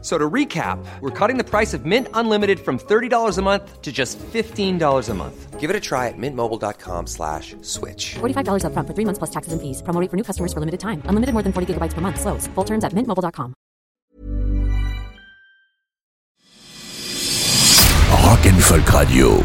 So to recap, we're cutting the price of Mint Unlimited from $30 a month to just $15 a month. Give it a try at mintmobile.com slash switch. $45 upfront for three months plus taxes and fees. Promo rate for new customers for limited time. Unlimited more than 40 gigabytes per month. Slows. Full terms at mintmobile.com. Rock'n'Folk Radio.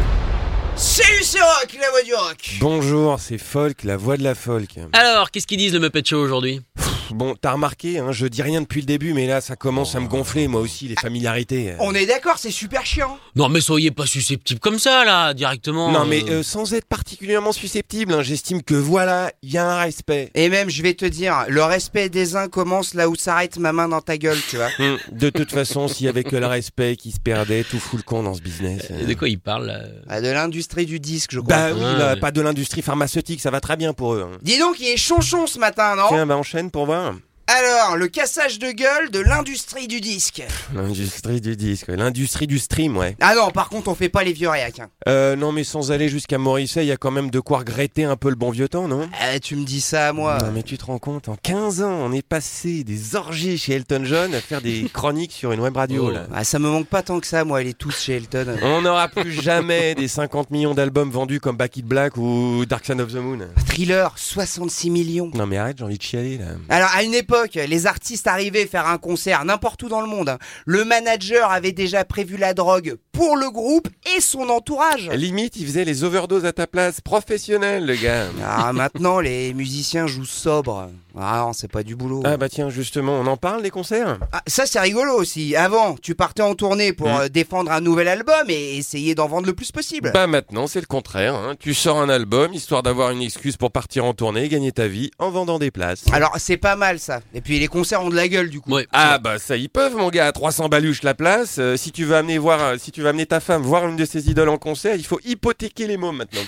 Salut, c'est Rock, la voix du rock. Bonjour, c'est Folk, la voix de la folk. Ah. Alors, qu'est-ce qu'ils disent le Muppet Show aujourd'hui Pff, Bon, t'as remarqué, hein, je dis rien depuis le début, mais là, ça commence à me gonfler, moi aussi, les familiarités. On est d'accord, c'est super chiant. Non mais soyez pas susceptibles comme ça là, directement. Non, mais euh, euh, sans être particulièrement susceptible, hein, j'estime que voilà, il y a un respect. Et même, je vais te dire, le respect des uns commence là où s'arrête ma main dans ta gueule, tu vois. Hmm, De toute façon, s'il y avait que le respect qui se perdait, tout fout le camp dans ce business. euh. de quoi ils parlent là Ah, de l'industrie du disque, je crois. Bah oui, Ouais, là, ouais. pas de l'industrie pharmaceutique, ça va très bien pour eux. hein. Dis donc, il est chonchon ce matin, non Tiens, bah enchaîne pour voir. Alors, le cassage de gueule de l'industrie du disque. L'industrie du disque, ouais, l'industrie du stream, ouais. Ah non, par contre, on fait pas les vieux réacs. hein. Euh, non, mais sans aller jusqu'à Morisset, il y a quand même de quoi regretter un peu le bon vieux temps, non Ah, tu me dis ça à moi. Non mais tu te rends compte, en 15 ans, on est passé des orgies chez Elton John à faire des chroniques sur une web radio. Oh. là. Ah, ça me manque pas tant que ça, moi, elle est tous chez Elton. On n'aura plus jamais des 50 millions d'albums vendus comme Back in Black ou Dark Side of the Moon. Thriller, 66 millions. Non mais arrête, j'ai envie de chialer là. Alors à une époque, les artistes arrivaient faire un concert n'importe où dans le monde. Le manager avait déjà prévu la drogue pour le groupe et son entourage. Limite, il faisait les overdoses à ta place, professionnel le gars. Ah maintenant les musiciens jouent sobre. Ah non, c'est pas du boulot. Ah bah tiens, justement, on en parle des concerts Ah, ça c'est rigolo aussi. Avant, tu partais en tournée pour Mhm. euh, défendre un nouvel album et essayer d'en vendre le plus possible. Bah maintenant, c'est le contraire. hein. Tu sors un album, histoire d'avoir une excuse pour partir en tournée, gagner ta vie en vendant des places. Alors c'est pas mal ça. Et puis les concerts ont de la gueule du coup. Ouais. Ah bah ça ils peuvent mon gars à 300 baluches la place Euh, si tu veux amener voir euh, si tu veux amener ta femme voir une de ses idoles en concert il faut hypothéquer les mômes maintenant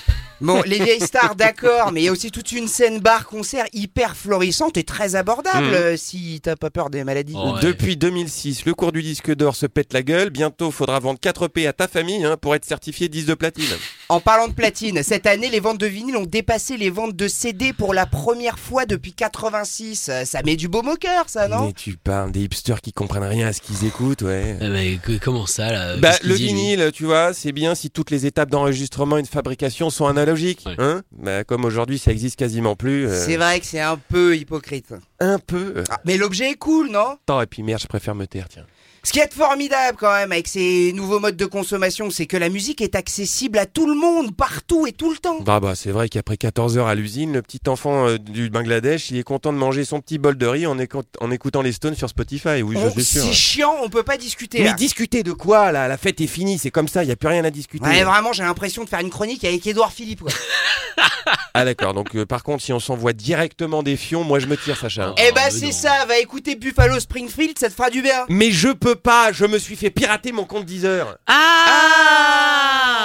Bon, les vieilles stars d'accord, mais il y a aussi toute une scène bar concert hyper florissante et très abordable Mhm. euh, si t'as pas peur des maladies. Oh, ouais. depuis 2006 le cours du disque d'or se pète la gueule bientôt faudra vendre 4 P à ta famille hein, pour être certifié 10 de platine En parlant de platine, cette année, les ventes de vinyle ont dépassé les ventes de CD pour la première fois depuis 86. Euh, Ça met du baume au cœur, ça, Ah non mais tu parles des hipsters qui comprennent rien à ce qu'ils écoutent ouais Eh, mais que- comment ça là bah Qu'est-ce qu'ils le disent, lui vinyle tu vois c'est bien si toutes les étapes d'enregistrement et de fabrication sont analogiques Ouais. hein bah comme aujourd'hui ça existe quasiment plus euh, C'est vrai que c'est un peu hypocrite. un peu euh, Ah, mais l'objet est cool, non attends et puis merde je préfère me taire tiens Ce qui est formidable quand même avec ces nouveaux modes de consommation, c'est que la musique est accessible à tout le monde, partout et tout le temps. Bah bah c'est vrai qu'après 14 heures à l'usine, le petit enfant euh, du Bangladesh, il est content de manger son petit bol de riz en, éco- en écoutant les Stones sur Spotify. Bah Oui, On- je suis sûr. Oh, c'est chiant, on peut pas discuter. Mais là. discuter de quoi là La fête est finie, c'est comme ça, il y a plus rien à discuter. Ouais, vraiment, j'ai l'impression de faire une chronique avec Édouard Philippe. quoi. ah d'accord. Donc euh, par contre, si on s'envoie directement des fions, moi je me tire, Sacha. hein. Oh. eh ben, mais c'est non. ça, va écouter Buffalo Springfield, ça te fera du bien. Mais je peux pas, je me suis fait pirater mon compte Deezer. Ah,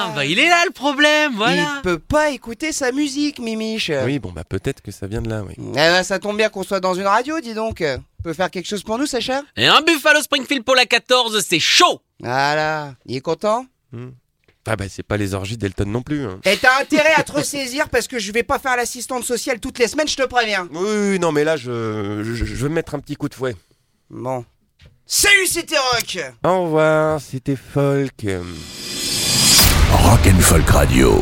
Ah Bah il est là le problème, voilà. Il peut pas écouter sa musique, Mimiche. Oui, bon bah peut-être que ça vient de là, oui. Eh ben, ça tombe bien qu'on soit dans une radio, dis donc. Peut faire quelque chose pour nous, Sacha Et un Buffalo Springfield pour la 14, c'est chaud. Voilà. Il est content Ah bah c'est pas les orgies d'Elton non plus. hein. Et t'as intérêt à te ressaisir parce que je vais pas faire l'assistante sociale toutes les semaines, je te préviens. Oui, oui, non mais là je, je, je veux me mettre un petit coup de fouet. Bon. Salut, c'était Rock Au revoir, c'était Folk. Rock'n'Folk Radio.